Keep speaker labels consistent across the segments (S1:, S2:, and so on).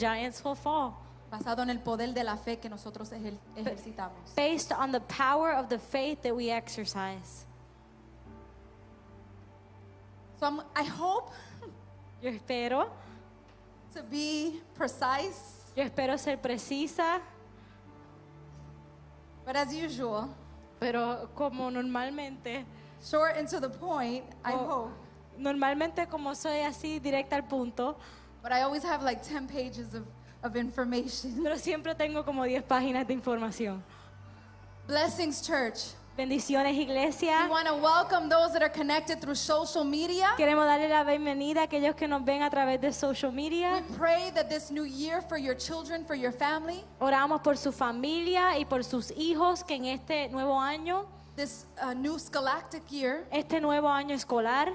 S1: giants will fall
S2: basado en el poder de la fe que nosotros ejer- ejercitamos,
S1: based on the power of the faith that we exercise.
S2: so I'm- I hope
S1: Yo espero,
S2: to be precise,
S1: yo espero ser precisa,
S2: but as usual,
S1: pero como normalmente,
S2: short and to the point, I
S1: Well-
S2: hope.
S1: normalmente como soy así directa al punto,
S2: But I always have like 10 pages of, of information.
S1: pero siempre tengo como 10 páginas de información.
S2: Blessings, church.
S1: Bendiciones
S2: We
S1: iglesia.
S2: want to welcome those that are connected through social media.
S1: Queremos darle la bienvenida a aquellos que nos ven a través de social
S2: We
S1: media.
S2: pray that this new year for your children, for your family,
S1: Oramos por su familia y por sus hijos que en este nuevo año,
S2: this uh, new scholastic year,
S1: este nuevo año escolar,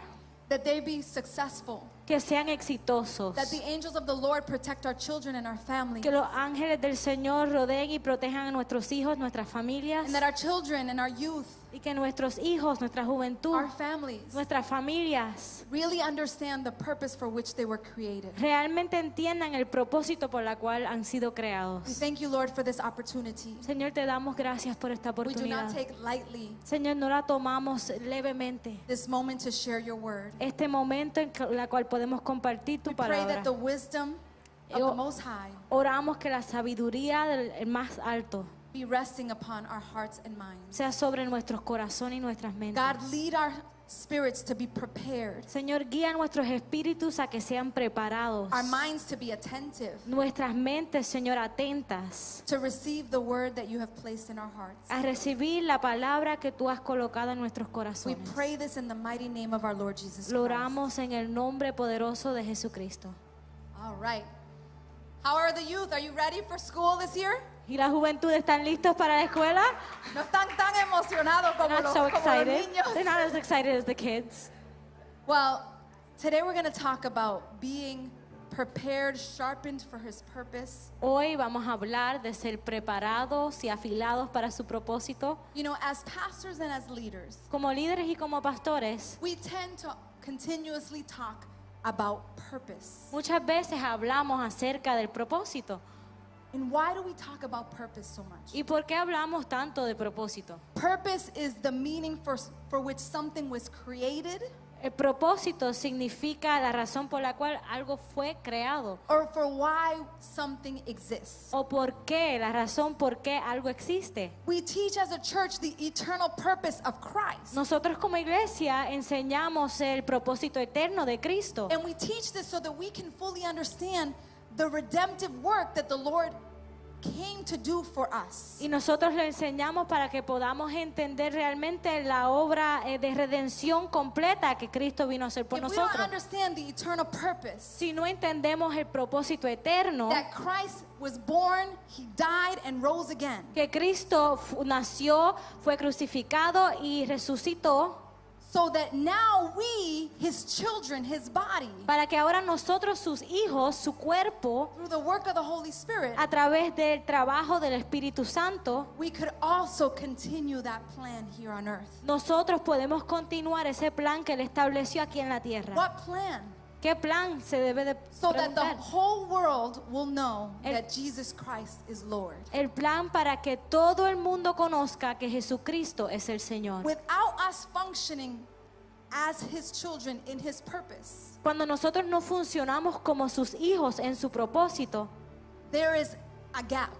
S2: that they be successful.
S1: que sean exitosos.
S2: That the angels of the Lord protect our children and our family.
S1: Que los ángeles del Señor rodeen y protejan a nuestros hijos, nuestras familias
S2: And that our children and our youth,
S1: y que nuestros hijos, nuestra juventud,
S2: our families,
S1: nuestras familias
S2: really understand the purpose for which they were created.
S1: realmente entiendan el propósito por la cual han sido
S2: We
S1: creados.
S2: thank you, Lord, for this opportunity.
S1: Señor, te damos gracias por esta
S2: We do
S1: oportunidad.
S2: not take lightly
S1: Señor, no la tomamos levemente.
S2: this moment to share your word.
S1: Este momento en la cual podemos compartir tu
S2: We pray
S1: palabra.
S2: that the wisdom of the
S1: Yo-
S2: Most High
S1: Oramos que la sabiduría del el más alto
S2: be resting upon our hearts and minds.
S1: sea sobre nuestros corazones y nuestras mentes.
S2: God, lead our spirits to be prepared,
S1: Señor, guía nuestros espíritus a que sean preparados.
S2: our minds to be attentive,
S1: Nuestras mentes, Señor, atentas
S2: to receive the word that you have placed in our hearts.
S1: a recibir la palabra que tú has colocado en nuestros
S2: We
S1: corazones.
S2: pray this in the mighty name of our Lord Jesus
S1: Lo
S2: Christ.
S1: oramos en el nombre poderoso de Jesucristo.
S2: All right. How are the youth? Are you ready for school this year?
S1: ¿Y la juventud están listos para la escuela?
S2: No están tan emocionados
S1: They're
S2: como
S1: not
S2: los,
S1: so
S2: como los
S1: excited. They're
S2: niños.
S1: not as excited as the kids.
S2: Well, today we're going to talk about being prepared, sharpened for his purpose.
S1: Hoy vamos a hablar de ser preparados y afilados para su propósito.
S2: You know, as pastors and as leaders,
S1: Como líderes y como pastores,
S2: we tend to continuously talk about purpose.
S1: muchas veces hablamos acerca del propósito.
S2: And why do we talk about purpose so much?
S1: ¿Y por qué hablamos tanto de propósito?
S2: Purpose is the meaning for, for which something was created
S1: El propósito significa la razón por la cual algo fue creado
S2: or for why something exists.
S1: o por qué, la razón por qué algo existe.
S2: We teach as a church the eternal purpose of Christ.
S1: Nosotros como iglesia enseñamos el propósito eterno de Cristo
S2: And we teach this so that we can fully understand the redemptive work that the Lord came to do for us.
S1: y nosotros lo enseñamos para que podamos entender realmente la obra eh, de redención completa que Cristo vino a hacer por
S2: If we don't
S1: nosotros.
S2: understand the eternal purpose
S1: Si no entendemos el propósito eterno,
S2: that Christ was born, he died, and rose again,
S1: que Cristo fu- nació, fue crucificado y resucitó,
S2: so that now we, his children, his body,
S1: para que ahora nosotros, sus hijos, su cuerpo,
S2: through the work of the Holy Spirit,
S1: a través del trabajo del Espíritu Santo,
S2: we could also continue that plan here on earth.
S1: nosotros podemos continuar ese plan que Él estableció aquí en la tierra.
S2: What plan?
S1: ¿Qué plan se debe de
S2: So that the
S1: preguntar?
S2: whole world will know
S1: El-
S2: that Jesus Christ is Lord.
S1: El plan para que todo el mundo conozca que Jesucristo es el Señor.
S2: Without us functioning as his children in his purpose,
S1: Cuando nosotros no funcionamos como sus hijos en su propósito,
S2: there is a gap.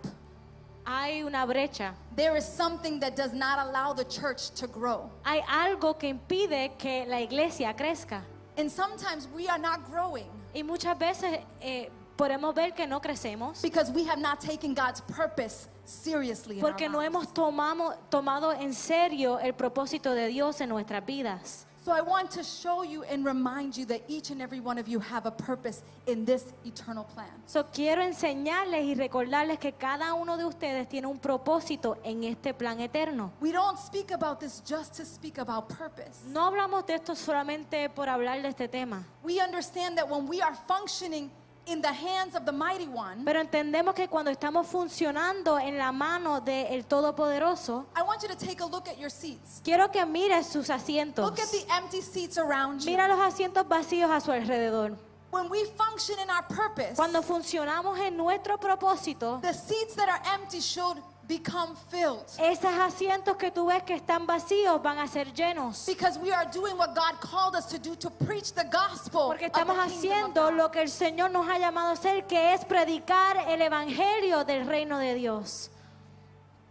S1: hay una brecha.
S2: There is something that does not allow the church to grow.
S1: Hay algo que impide que la iglesia crezca.
S2: And sometimes we are not growing
S1: Y muchas veces eh, podemos ver que no crecemos
S2: because we have not taken God's purpose seriously. In our
S1: porque no
S2: lives.
S1: hemos tomamo- tomado en serio el propósito de Dios en nuestras vidas.
S2: So I want to show you and remind you that each and every one of you have a purpose in this eternal plan.
S1: So, quiero enseñarles y recordarles que cada uno de ustedes tiene un propósito en este plan eterno.
S2: We don't speak about this just to speak about purpose.
S1: No hablamos de esto solamente por hablar de este tema,
S2: We understand that when we are functioning in the hands of the mighty one,
S1: pero entendemos que cuando estamos funcionando en la mano del Todopoderoso,
S2: I want you to take a look at your seats.
S1: quiero que mires sus asientos.
S2: Look at the empty seats around you.
S1: Mira los asientos vacíos a su alrededor.
S2: When we function in our purpose,
S1: Cuando funcionamos en nuestro propósito,
S2: the seats that are empty should become filled
S1: esos asientos que tú ves que están vacíos van a ser llenos.
S2: because we are doing what God called us to do to preach the gospel.
S1: Porque
S2: of the
S1: estamos
S2: kingdom of
S1: haciendo
S2: God.
S1: lo que el Señor nos ha llamado a hacer, que es predicar el Evangelio del reino de Dios.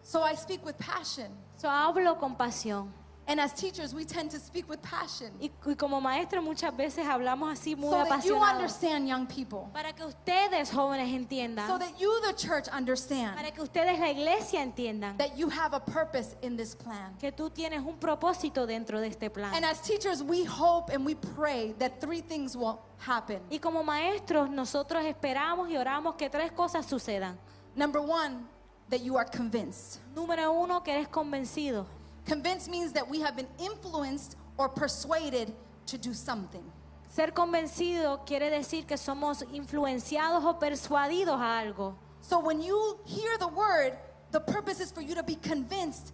S2: So I speak with passion.
S1: So, hablo con pasión.
S2: And as teachers, we tend to speak with passion.
S1: Y, y como maestro muchas veces hablamos así muy
S2: So that you
S1: apasionados.
S2: understand, young people.
S1: Para que ustedes jóvenes
S2: So
S1: entiendan,
S2: that you, the church, understand
S1: para que ustedes la iglesia entiendan
S2: that you have a purpose in this plan.
S1: que tú tienes un propósito dentro de este plan.
S2: And as teachers, we hope and we pray that three things will happen.
S1: Y como maestros nosotros esperamos y oramos que tres cosas sucedan.
S2: Number one, that you are convinced.
S1: Número uno, que eres convencido.
S2: Convinced means that we have been influenced or persuaded to do something.
S1: Ser convencido quiere decir que somos influenciados o persuadidos a algo.
S2: So when you hear the word, the purpose is for you to be convinced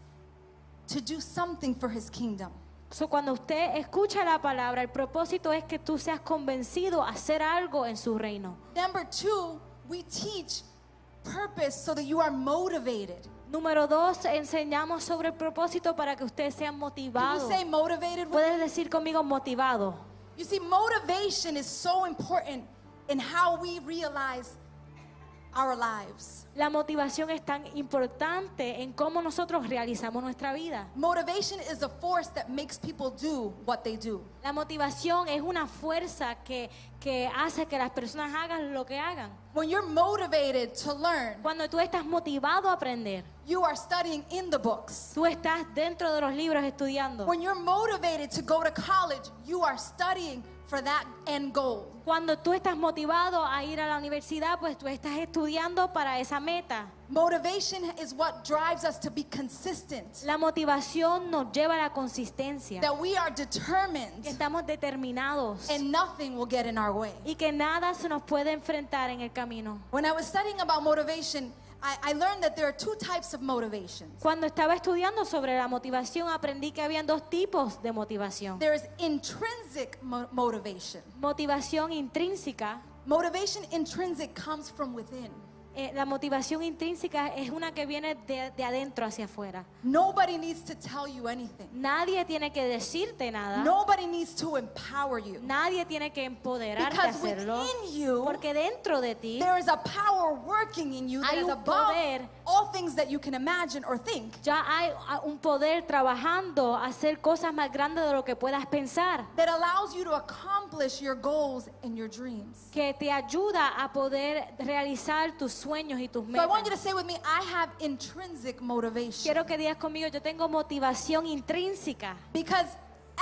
S2: to do something for his kingdom.
S1: So, cuando usted escucha la palabra, el propósito es que tú seas convencido a hacer algo en su reino.
S2: Number two, we teach purpose so that you are motivated.
S1: Número dos, enseñamos sobre el propósito para que usted sea
S2: Can
S1: motivado.
S2: you say motivated?
S1: Puedes decir conmigo motivado.
S2: You see, motivation is so important in how we realize our lives.
S1: La motivación es tan importante en cómo nosotros realizamos nuestra vida.
S2: Motivation is a force that makes people do what they do.
S1: La motivación es una fuerza que, que hace que las personas hagan lo que hagan.
S2: When you're motivated to learn,
S1: Cuando tú estás motivado a aprender,
S2: you are studying in the books.
S1: tú estás dentro de los libros estudiando.
S2: When you're motivated to go to college, you are studying for that end goal.
S1: Cuando tú estás motivado a ir a la universidad, pues tú estás estudiando para esa meta.
S2: Motivation is what drives us to be consistent,
S1: La motivación nos lleva a la consistencia.
S2: that we are
S1: Que
S2: determined
S1: estamos determinados
S2: and nothing will get in our way.
S1: y que nada se nos puede enfrentar en el camino.
S2: When I was studying about motivation, I, I learned that there are two types of motivations.
S1: Cuando estaba estudiando sobre la motivación, aprendí que habían dos tipos de motivación.
S2: There is intrinsic mo- motivation.
S1: Motivación intrínseca.
S2: Motivation intrinsic comes from within.
S1: eh, la motivación intrínseca es una que viene de, de adentro hacia afuera.
S2: Nobody needs to tell you anything.
S1: Nadie tiene que decirte nada.
S2: Nobody needs to empower you.
S1: Nadie tiene que empoderarte a
S2: Because
S1: hacerlo.
S2: within you,
S1: Porque dentro de ti
S2: there is a power working in you that
S1: Hay
S2: is
S1: un
S2: above
S1: poder.
S2: all things that you can imagine or think.
S1: ya hay ah, un poder trabajando a hacer cosas más grandes de lo que puedas pensar.
S2: That allows you to accomplish your goals and your dreams.
S1: que te ayuda a poder realizar tus sueños y tus
S2: So I want you
S1: metas.
S2: to say with me, I have intrinsic motivation.
S1: Quiero que digas conmigo, yo tengo motivación intrínseca.
S2: Because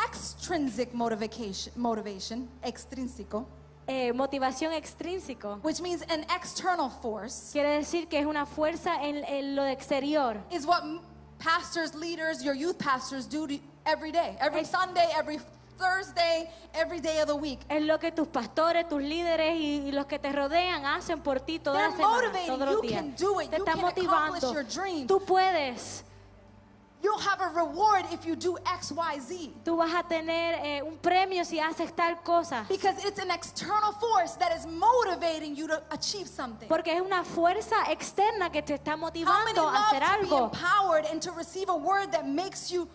S2: extrinsic motivation, motivation, extrinsico,
S1: Eh, motivación extrínseco
S2: which means an external force,
S1: quiere decir que es una fuerza en, en lo exterior.
S2: is what m- pastors, leaders, your youth pastors do to, every day, every
S1: Ex-
S2: Sunday, every Thursday, every day of the week.
S1: Es lo que tus pastores, tus líderes y, y los que te rodean hacen por ti toda la
S2: They're
S1: semana,
S2: motivating.
S1: todos los
S2: You
S1: días.
S2: can do it.
S1: Te
S2: You
S1: están
S2: can accomplish
S1: motivando.
S2: your dreams.
S1: Tú puedes.
S2: You'll have a reward if you do X, Y, Z.
S1: Tú vas a tener eh, un premio si haces tal cosa.
S2: Because it's an external force that is motivating you to achieve something.
S1: Porque es una fuerza externa que te está
S2: How many
S1: motivando a hacer
S2: love to be
S1: algo.
S2: empowered and to receive a word that makes you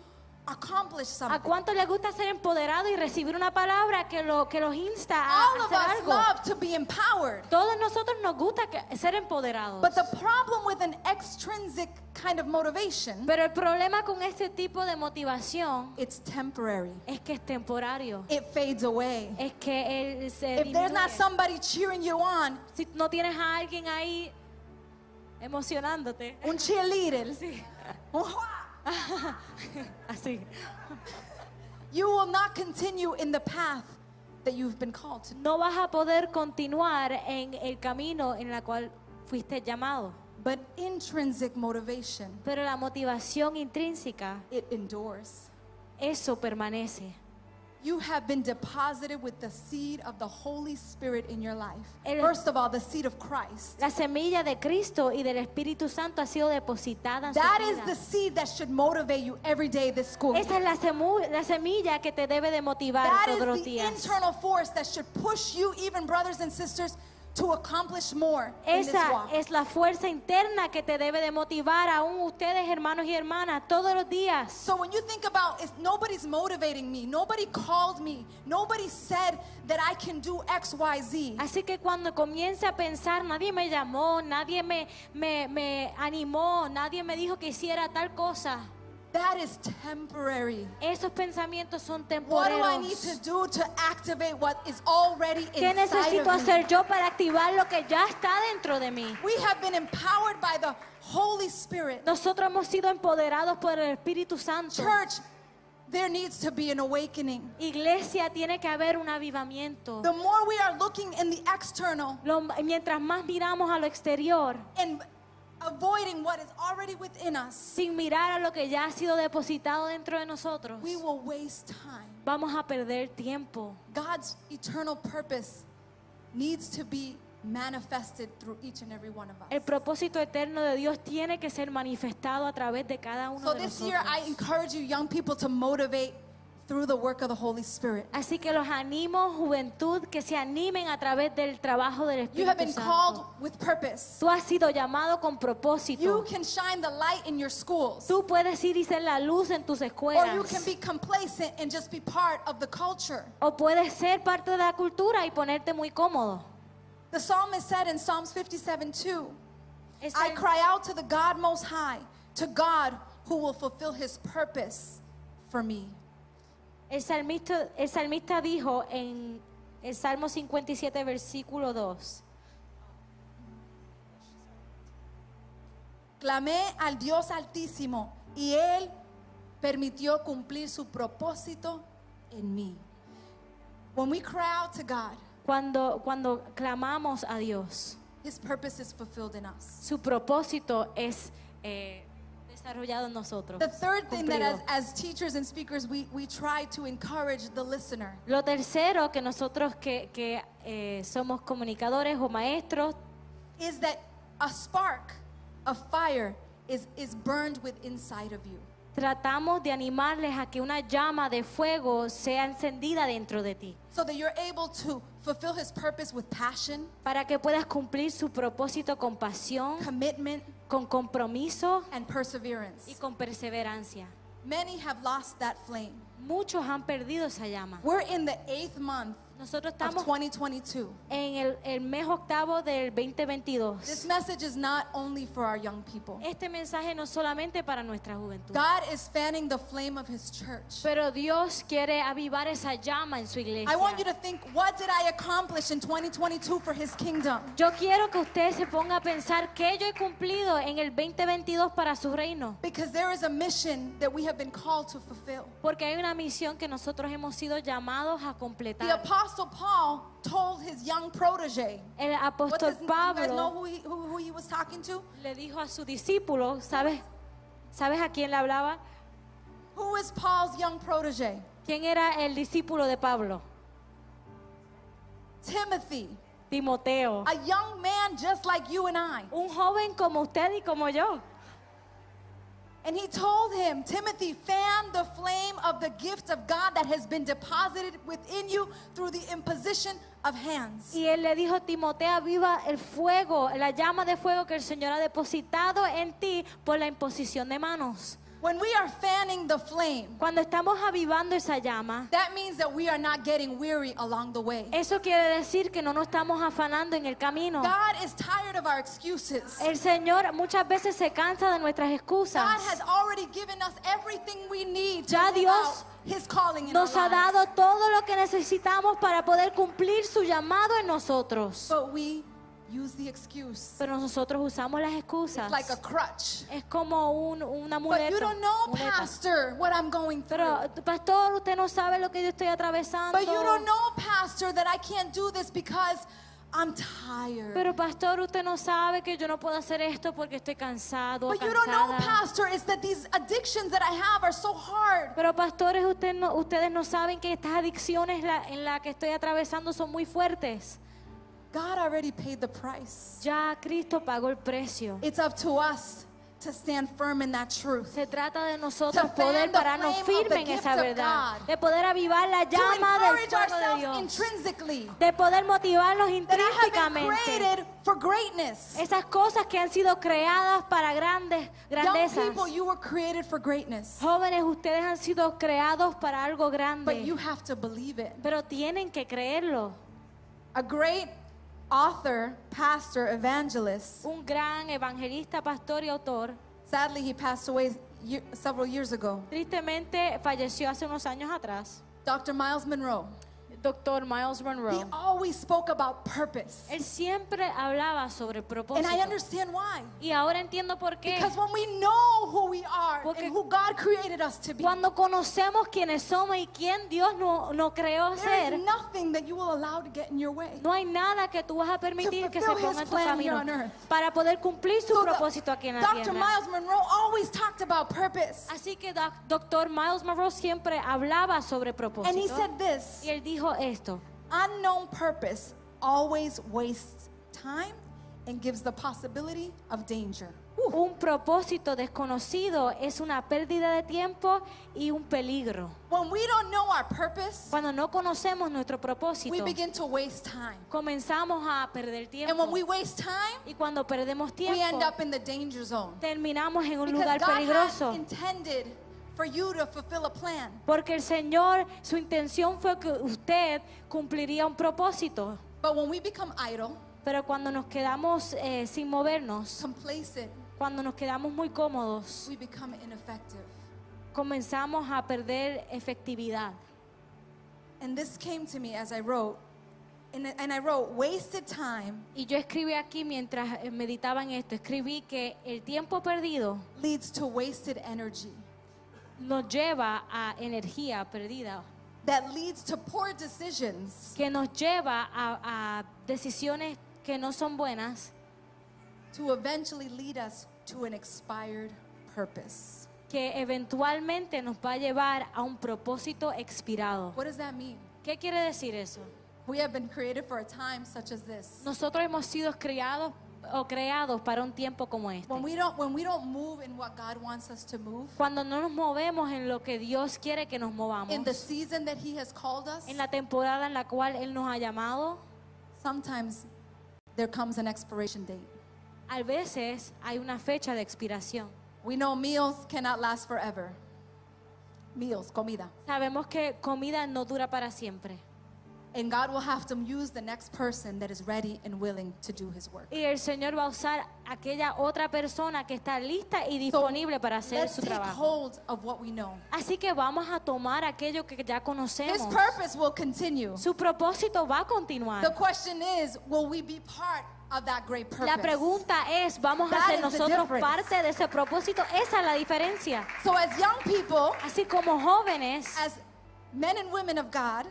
S2: accomplish
S1: ¿A
S2: something?
S1: cuánto les gusta ser empoderado y recibir una palabra que, lo, que los insta a
S2: All of
S1: hacer
S2: us
S1: algo?
S2: love to be empowered.
S1: Todos nosotros nos gusta que- ser empoderados.
S2: But the problem with an extrinsic kind of motivation,
S1: Pero el problema con este tipo de motivación
S2: it's temporary.
S1: es que es temporario.
S2: It fades away.
S1: Es que él se
S2: If there's
S1: disminuye.
S2: not somebody cheering you on,
S1: Si no tienes a alguien ahí emocionándote,
S2: un cheerleader,
S1: Sí.
S2: un hua,
S1: así,
S2: you will not continue in the path that you've been called to.
S1: no vas a poder continuar en el camino en el cual fuiste llamado.
S2: But intrinsic motivation,
S1: Pero la motivación intrínseca,
S2: it endures.
S1: eso permanece.
S2: You have been deposited with the seed of the Holy Spirit in your life.
S1: El-
S2: First of all, the seed of Christ.
S1: La semilla de Cristo y del Espíritu Santo ha sido depositada en su
S2: That is
S1: vida.
S2: the seed that should motivate you every day this school.
S1: Esa es la, semu- la semilla que te debe de motivar
S2: That is
S1: todos los
S2: the
S1: días.
S2: internal force that should push you, even brothers and sisters, to accomplish more in this
S1: Esa
S2: walk.
S1: es la fuerza interna que te debe de motivar aún ustedes, hermanos y hermanas, todos los días.
S2: So when you think about if nobody's motivating me, nobody called me, nobody said that I can do X, Y, Z.
S1: Así que cuando comience a pensar, nadie me llamó, nadie me, me, me animó, nadie me dijo que hiciera tal cosa.
S2: That is temporary.
S1: Esos pensamientos son
S2: What do I need to
S1: temporeros.
S2: do to activate what is already
S1: ¿Qué
S2: inside
S1: necesito
S2: of me?
S1: hacer yo para activar lo que ya está dentro de mí?
S2: We have been empowered by the Holy Spirit.
S1: Nosotros hemos sido empoderados por el Espíritu Santo.
S2: Church, there needs to be an awakening.
S1: Iglesia tiene que haber un avivamiento.
S2: The more we are looking in the external
S1: Lo- mientras más miramos a lo exterior,
S2: and avoiding what is already within us,
S1: sin mirar a lo que ya ha sido depositado dentro de nosotros,
S2: we will waste time.
S1: vamos a perder tiempo.
S2: God's eternal purpose needs to be manifested through each and every one of
S1: El
S2: us.
S1: propósito eterno de Dios tiene que ser manifestado a través de cada uno
S2: So
S1: de
S2: this year,
S1: nosotros.
S2: I encourage you, young people, to motivate through the work of the Holy Spirit.
S1: Así que los animo, juventud, que se animen a través del trabajo del
S2: You have
S1: Espíritu
S2: been called
S1: Santo.
S2: with purpose.
S1: Tú has sido llamado con
S2: You
S1: propósito.
S2: can shine the light in your schools,
S1: Tú puedes ir y ser la luz en tus
S2: or
S1: escuelas.
S2: you can be complacent and just be part of the culture.
S1: O puedes ser parte de la cultura y ponerte muy cómodo.
S2: The psalmist said in Psalms 57 2,
S1: El
S2: I
S1: Salmo-
S2: cry out to the God Most High, to God who will fulfill his purpose for me.
S1: El salmista, el salmista dijo en el Salmo 57, versículo 2,
S2: Clamé al Dios Altísimo y Él permitió cumplir su propósito en mí. When we cry out to God,
S1: cuando, cuando clamamos a Dios,
S2: His purpose is fulfilled in us.
S1: su propósito es eh, desarrollado en nosotros.
S2: The third thing that as,
S1: cumplido.
S2: as teachers and speakers we, we try to encourage the listener
S1: Lo tercero que nosotros que, que, eh, somos comunicadores o maestros,
S2: is that a spark, a fire, is, is burned with inside of you.
S1: tratamos de animarles a que una llama de fuego sea encendida dentro de ti,
S2: So that you're able to fulfill his purpose with passion,
S1: para que puedas cumplir su propósito con pasión,
S2: commitment,
S1: con compromiso
S2: and
S1: y
S2: perseverance.
S1: con perseverancia.
S2: Many have lost that flame.
S1: Muchos han perdido esa llama.
S2: We're in the eighth month
S1: Nosotros
S2: of
S1: estamos
S2: 2022.
S1: en el, el mes octavo del
S2: This
S1: 2022.
S2: message is not only for our young people.
S1: Este mensaje no es solamente para nuestra juventud,
S2: God is fanning the flame of His church.
S1: pero Dios quiere avivar esa llama en su
S2: I
S1: iglesia.
S2: want you to think, what did I accomplish in 2022 for His kingdom?
S1: Yo quiero que usted se ponga a pensar que yo he cumplido en el 2022 para su reino,
S2: Because there is a mission that we have been called to fulfill.
S1: porque hay una misión que nosotros hemos sido llamados a
S2: The
S1: completar.
S2: Apostle Paul told his young protege,
S1: El
S2: what's
S1: apóstol
S2: his, you guys know
S1: Pablo
S2: who he, who, who he was talking to?
S1: le dijo a su discípulo, ¿sabes? ¿Sabes a quién le hablaba?
S2: Who is Paul's young protege?
S1: ¿Quién era el discípulo de Pablo?
S2: Timothy,
S1: Timoteo.
S2: a young man just like you and I.
S1: Un joven como usted y como yo.
S2: And he told him, Timothy, fan the flame of the gift of God that has been deposited within you through the imposition of hands.
S1: Y él le dijo, Timoteo, viva el fuego, la llama de fuego que el Señor ha depositado en ti por la imposición de manos.
S2: When we are fanning the flame,
S1: Cuando estamos avivando esa llama,
S2: that means that we are not getting weary along the way.
S1: eso quiere decir que no nos estamos afanando en el camino.
S2: God is tired of our excuses.
S1: El Señor muchas veces se cansa de nuestras
S2: God has
S1: excusas.
S2: already given us everything we need to
S1: Ya
S2: live
S1: Dios
S2: out His calling in
S1: Nos ha
S2: our lives.
S1: dado todo lo que necesitamos para poder cumplir su llamado en nosotros.
S2: But we use the excuse.
S1: Pero nosotros usamos las excusas.
S2: It's like a crutch.
S1: Es como un, una
S2: But
S1: muleta.
S2: you don't know,
S1: muleta.
S2: Pastor, what I'm going through.
S1: Pero, pastor, usted no sabe lo que yo estoy atravesando.
S2: But you don't know, Pastor, that I can't do this because I'm tired.
S1: Pero pastor, usted no sabe que yo no puedo hacer esto porque estoy cansado, o
S2: But you don't know,
S1: cansada.
S2: Pastor, is that these addictions that I have are so hard.
S1: Pero pastores, usted no- ustedes no saben que estas adicciones la- en las que estoy atravesando son muy fuertes.
S2: God already paid the price.
S1: Ya Cristo pagó el precio.
S2: It's up to us to stand firm in that truth.
S1: Se trata de nosotros
S2: To fan
S1: poder
S2: the
S1: pararnos
S2: flame of the
S1: firmes en
S2: gift
S1: esa
S2: of
S1: verdad,
S2: God.
S1: de poder avivar la
S2: To
S1: llama del
S2: encourage
S1: fuego de
S2: ourselves
S1: Dios,
S2: intrinsically
S1: de poder motivarlos
S2: that I have been
S1: intrínsecamente.
S2: created for greatness.
S1: Esas cosas que han sido creadas para grandes
S2: Young
S1: grandezas.
S2: people, you were created for greatness,
S1: Jóvenes, ustedes han sido creados para algo
S2: but you
S1: grande,
S2: have to believe it.
S1: pero tienen que creerlo.
S2: A great author, pastor, evangelist.
S1: Un gran evangelista, pastor y autor,
S2: Sadly, he passed away ye- several years ago.
S1: tristemente falleció hace unos años atrás,
S2: Dr. Miles Monroe.
S1: doctor Miles
S2: He
S1: Monroe.
S2: always spoke about purpose.
S1: Él siempre hablaba sobre el
S2: And I
S1: propósito.
S2: understand why.
S1: Y ahora entiendo por qué.
S2: Because when we know who we are
S1: Porque-
S2: and who God created us to be,
S1: Cuando conocemos quiénes somos y quién Dios no- nos creó
S2: there
S1: ser,
S2: is nothing that you will allow to get in your way.
S1: no hay nada que tú vas a permitir que se
S2: fulfill
S1: ponga
S2: his
S1: en tu
S2: plan
S1: camino
S2: here on earth.
S1: para poder cumplir su
S2: So the-
S1: propósito aquí en la
S2: Dr.
S1: tierra.
S2: Miles Monroe always talked about purpose.
S1: Así que doctor Miles Monroe siempre hablaba sobre
S2: And he
S1: propósito.
S2: said this
S1: y él dijo esto.
S2: unknown purpose always wastes time and gives the possibility of danger.
S1: Un propósito desconocido es una pérdida de tiempo y un peligro.
S2: When we don't know our purpose,
S1: Cuando no conocemos nuestro
S2: we
S1: propósito,
S2: begin to waste time.
S1: comenzamos a perder tiempo.
S2: And when we waste time,
S1: y cuando perdemos
S2: we end
S1: tiempo,
S2: up in the danger zone.
S1: terminamos en un
S2: Because
S1: lugar
S2: God
S1: peligroso.
S2: had intended for you to fulfill a plan.
S1: Porque el Señor, su intención fue que usted cumpliría un propósito.
S2: But when we become idle,
S1: Pero cuando nos quedamos eh, sin movernos,
S2: complacent,
S1: cuando nos quedamos muy cómodos,
S2: we become ineffective.
S1: comenzamos a perder efectividad.
S2: And this came to me as I wrote, and, and I wrote, wasted time
S1: Y yo escribí aquí mientras eh, meditaba en esto, escribí que el tiempo perdido
S2: leads to wasted energy
S1: nos lleva a energía perdida,
S2: that leads to poor decisions,
S1: que nos lleva a, a decisiones que no son buenas,
S2: to eventually lead us to an expired purpose.
S1: que eventualmente nos va a llevar a un propósito expirado.
S2: What does that mean?
S1: ¿Qué quiere decir eso?
S2: We have been created for a time such as this.
S1: Nosotros hemos sido creados o creados para un tiempo como este.
S2: When we don't when we don't move in what God wants us to move,
S1: Cuando no nos movemos en lo que Dios quiere que nos movamos,
S2: in the season that He has called us,
S1: en la temporada en la cual Él nos ha llamado,
S2: sometimes there comes an expiration date.
S1: a veces hay una fecha de expiración.
S2: We know meals cannot last forever. Meals, comida.
S1: Sabemos que comida no dura para siempre.
S2: And God will have to use the next person that is ready and willing to do His work.
S1: Y el Señor va a usar aquella otra persona que está lista y disponible para hacer
S2: Let's
S1: su
S2: take
S1: trabajo.
S2: hold of what we know.
S1: Así que vamos a tomar aquello que ya
S2: His
S1: conocemos.
S2: purpose will continue.
S1: Su propósito va a
S2: The
S1: continuar.
S2: question is, will we be part of that great
S1: La
S2: purpose?
S1: pregunta es, ¿vamos
S2: That
S1: a ser
S2: is the
S1: nosotros
S2: difference.
S1: parte de ese propósito? Esa es la diferencia.
S2: So, as young people,
S1: Así como jóvenes,
S2: as men and women of God,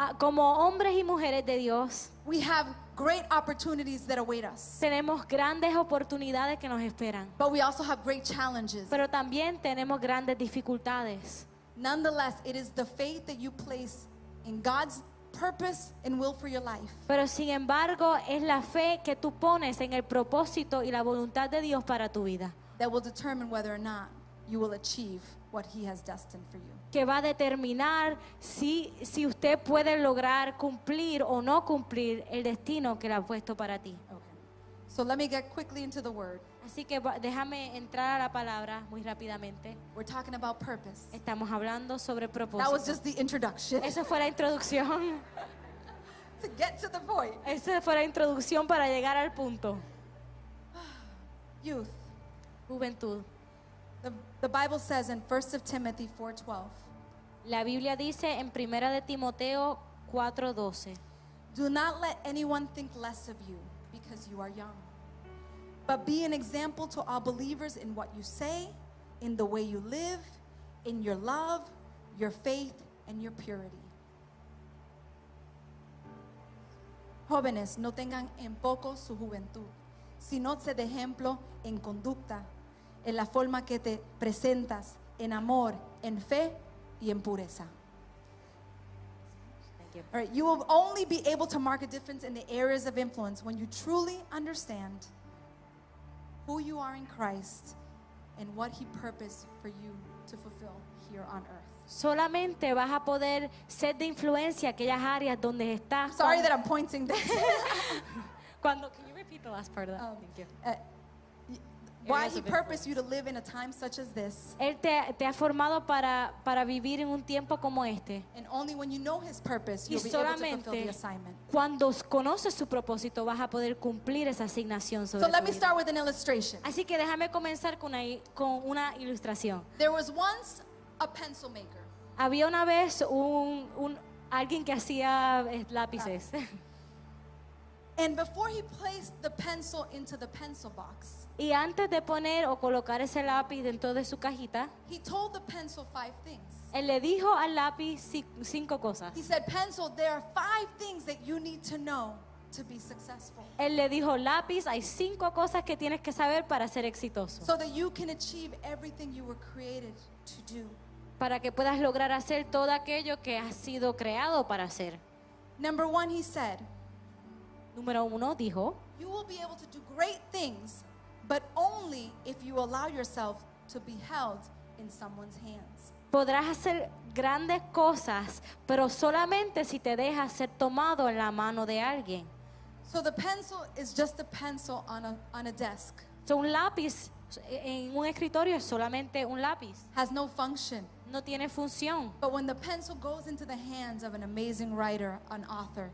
S1: ah, como hombres y mujeres de Dios,
S2: we have great opportunities that await us,
S1: tenemos grandes oportunidades que nos esperan.
S2: but we also have great challenges.
S1: Pero también tenemos grandes dificultades.
S2: Nonetheless, it is the faith that you place in God's purpose and will for your life
S1: Pero sin embargo, es la fe que tú pones en el propósito y la voluntad de Dios para tu vida,
S2: that will determine whether or not you will achieve what He has destined for you.
S1: que va a determinar si, si usted puede lograr cumplir o no cumplir el destino que le ha puesto para ti.
S2: Okay. So let me get quickly into the word.
S1: Así que va- déjame entrar a la palabra muy rápidamente.
S2: We're talking about purpose.
S1: Estamos hablando sobre
S2: That was
S1: propósito.
S2: just the introduction
S1: Esa fue la introducción.
S2: to get to the point.
S1: Esa fue la introducción para llegar al punto.
S2: Youth.
S1: Juventud.
S2: The, the Bible says in 1 of Timothy 4:12,
S1: La Biblia dice en Primera de Timoteo 4:12.
S2: "Do not let anyone think less of you because you are young, but be an example to all believers in what you say, in the way you live, in your love, your faith, and your purity." Jóvenes, no tengan en poco su juventud, sino sed ejemplo en conducta, en la forma que te presentas, en amor, en fe y en pureza.
S1: Thank you.
S2: All right, you will only be able to mark a difference in the areas of influence when you truly understand who you are in Christ and what He purposed for you to fulfill here on earth.
S1: Solamente vas a poder ser de influencia aquellas áreas donde estás.
S2: Sorry that I'm pointing that.
S1: Cuando, can you repeat the last part of that?
S2: Um,
S1: Thank you.
S2: uh, y- why
S3: Areas
S2: He
S3: of
S2: purposed you to live in a time such as this,
S1: Él te, te ha formado para, para vivir en un tiempo como este.
S2: and only when you know His purpose,
S1: Y
S2: you'll be able to fulfill the
S1: solamente
S2: assignment.
S1: cuando conoces su propósito vas a poder cumplir esa asignación sobre
S2: So let
S1: tu
S2: me
S1: vida.
S2: start with an illustration.
S1: Así que déjame comenzar con una, i- con una ilustración.
S2: There was once a pencil maker.
S1: Había una vez un, un- alguien que hacía eh, lápices.
S2: Ah. And before he placed the pencil into the pencil box,
S1: Y antes de poner o colocar ese lápiz dentro de su cajita,
S2: he told the pencil five things.
S1: él le dijo al lápiz ci- cinco cosas.
S2: He said, Pencil, there are five things that you need to know to be successful
S1: Él le dijo, lápiz, hay cinco cosas que tienes que saber para ser exitoso,
S2: so that you can achieve everything you were created to do.
S1: para que puedas lograr hacer todo aquello que has sido creado para hacer.
S2: Number one, he said,
S1: Número uno dijo,
S2: You will be able to do great things, but only if you allow yourself to be held in someone's hands.
S1: podrás hacer grandes cosas, pero solamente si te dejas ser tomado en la mano de alguien.
S2: So the pencil is just a pencil on a, on a desk,
S1: So, un lápiz eh, en un escritorio es solamente un lápiz,
S2: has no function.
S1: no tiene función.
S2: But when the pencil goes into the hands of an amazing writer, an author,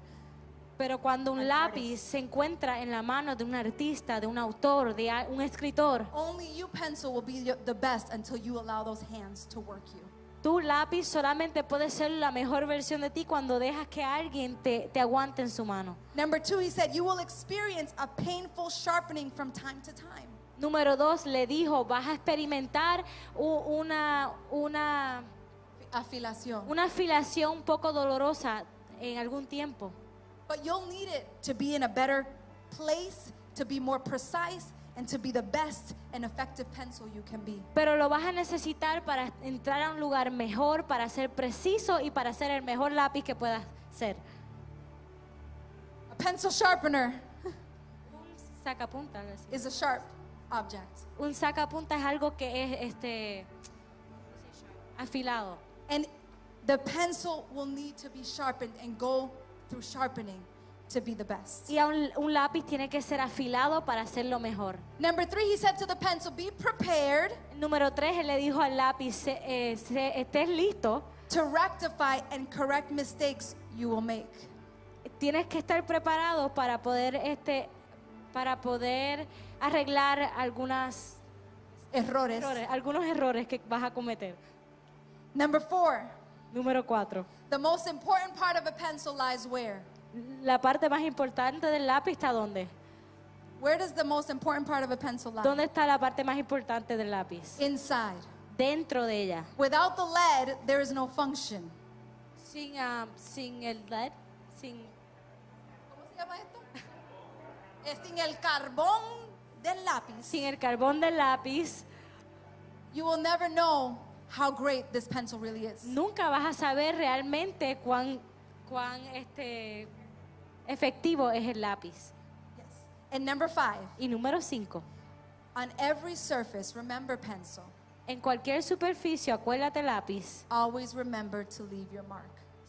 S1: Pero cuando un
S2: An
S1: lápiz
S2: artist.
S1: se encuentra en la mano de un artista, de un autor, de a- un escritor,
S2: only you pencil will be y- the best until you allow those hands to work you.
S1: tu lápiz solamente puede ser la mejor versión de ti cuando dejas que alguien te, te aguante en su mano.
S2: Number two, he said, you will experience a painful sharpening from time to time.
S1: Número dos, le dijo, vas a experimentar u- una, una,
S2: Afilación.
S1: una afilación un poco dolorosa en algún tiempo.
S2: But you'll need it to be in a better place, to be more precise, and to be the best and effective pencil you can be.
S1: Pero lo vas a necesitar para entrar a un lugar mejor, para ser preciso y para ser el mejor lápiz que puedas ser.
S2: A pencil sharpener
S1: Un sacapunta. algo así.
S2: is a sharp object.
S1: Un sacapunta es algo que es este afilado.
S2: And the pencil will need to be sharpened and go through sharpening to be the best.
S1: Y a un, un lápiz tiene que ser afilado para hacerlo mejor.
S2: Number three, he said to the pencil, be prepared
S1: Número tres, él le dijo al lápiz, "Se- eh, se- estés listo,
S2: to rectify and correct mistakes you will make.
S1: tienes que estar preparado para poder este para poder arreglar algunas
S2: Errores.
S1: errores, algunos errores que vas a cometer.
S2: Number four,
S1: Número cuatro.
S2: the most important part of a pencil lies where?
S1: La parte más importante del lápiz está dónde?
S2: Where does the most important part of a pencil lie?
S1: ¿Dónde está la parte más importante del lápiz?
S2: Inside.
S1: Dentro de ella.
S2: Without the lead, there is no function.
S1: Sin, ah, sin el LED, sin
S2: ¿Cómo se llama esto? Es sin el carbón del lápiz.
S1: sin el carbón del lápiz,
S2: You will never know how great this pencil really is.
S1: nunca vas a saber realmente cuán cuán este efectivo es el lápiz.
S2: Yes. And number five,
S1: Y número cinco.
S2: on every surface, remember pencil.
S1: En cualquier superficie, acuérdate lápiz.
S2: Always remember to leave your mark.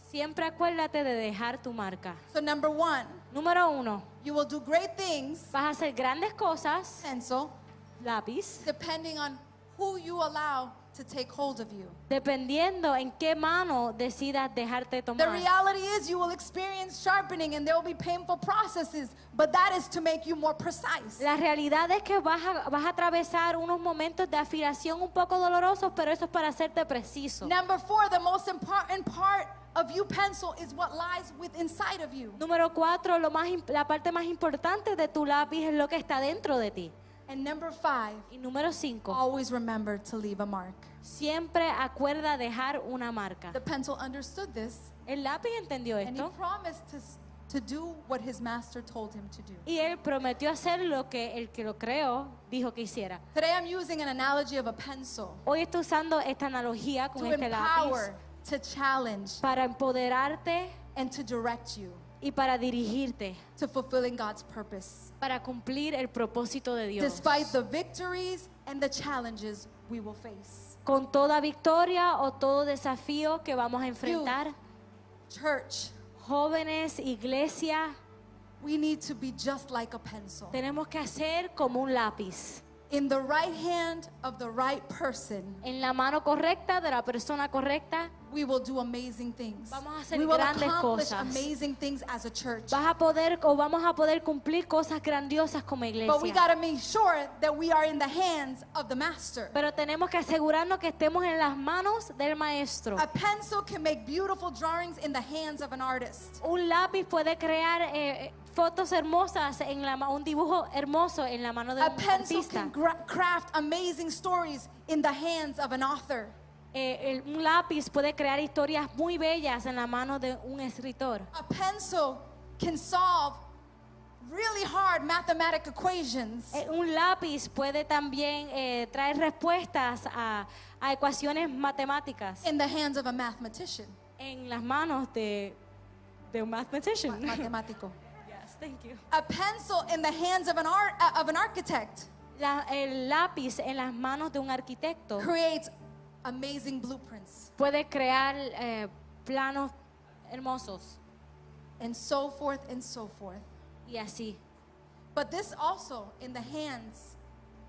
S1: Siempre acuérdate de dejar tu marca.
S2: So number one,
S1: Número uno,
S2: you will do great things,
S1: vas a hacer grandes cosas,
S2: pencil,
S1: lápiz,
S2: depending on who you allow to take hold of you.
S1: dependiendo en qué mano decidas dejarte
S2: The
S1: tomar.
S2: reality is you will experience sharpening and there will be painful processes, but that is to make you more precise.
S1: La realidad es que vas a, vas a atravesar unos momentos de afilación un poco dolorosos, pero eso es para hacerte preciso.
S2: Number four, the most important part of you pencil is what lies with inside of you.
S1: Número cuatro, lo más, im- la parte más importante de tu lápiz es lo que está dentro de ti.
S2: And number five,
S1: Y número cinco,
S2: always remember to leave a mark.
S1: siempre acuerda dejar una marca.
S2: The pencil understood this
S1: El lápiz entendió
S2: and he
S1: esto.
S2: promised to, s- to to do what his master told him to do.
S1: Y él prometió hacer lo que el que lo creó dijo que hiciera.
S2: Today I'm using an analogy of a pencil
S1: Hoy estoy usando esta analogía con
S2: to
S1: este lápiz
S2: empower, to challenge,
S1: para empoderarte
S2: and to direct you
S1: y para dirigirte,
S2: to fulfilling God's purpose.
S1: para cumplir el propósito de Dios.
S2: Despite the victories and the challenges we will face.
S1: Con toda victoria o todo desafío que vamos a
S2: You.
S1: enfrentar,
S2: Church,
S1: jóvenes, iglesia,
S2: we need to be just like a pencil.
S1: tenemos que hacer como un lápiz.
S2: In the right hand of the right person,
S1: En la mano correcta de la persona correcta,
S2: we will do amazing things.
S1: Vamos a hacer
S2: we will
S1: grandes
S2: accomplish
S1: cosas.
S2: amazing things as a church.
S1: vas a poder o vamos a poder cumplir cosas grandiosas como
S2: But we
S1: iglesia.
S2: got to make sure that we are in the hands of the master.
S1: Pero tenemos que asegurarnos que estemos en las manos del maestro.
S2: A pencil can make beautiful drawings in the hands of an artist.
S1: Un lápiz puede crear eh, fotos hermosas en la ma- un dibujo hermoso en la mano de
S2: A
S1: un
S2: pencil
S1: artista.
S2: can gra- craft amazing stories in the hands of an author.
S1: Eh, el- un lápiz puede crear historias muy bellas en la mano de un escritor.
S2: A pencil can solve really hard mathematic equations
S1: Eh, un lápiz puede también eh, traer respuestas a, a ecuaciones matemáticas
S2: in the hands of a mathematician.
S1: en las manos de, de un
S2: Ma-
S1: mathematician.
S2: Matematico.
S1: Yes, thank you.
S2: A pencil in the hands of an art uh, of an architect
S1: La- el lápiz en las manos de un arquitecto
S2: creates amazing blueprints
S1: puede crear eh, planos hermosos
S2: and so forth and so forth.
S1: y así.
S2: But this also in the hands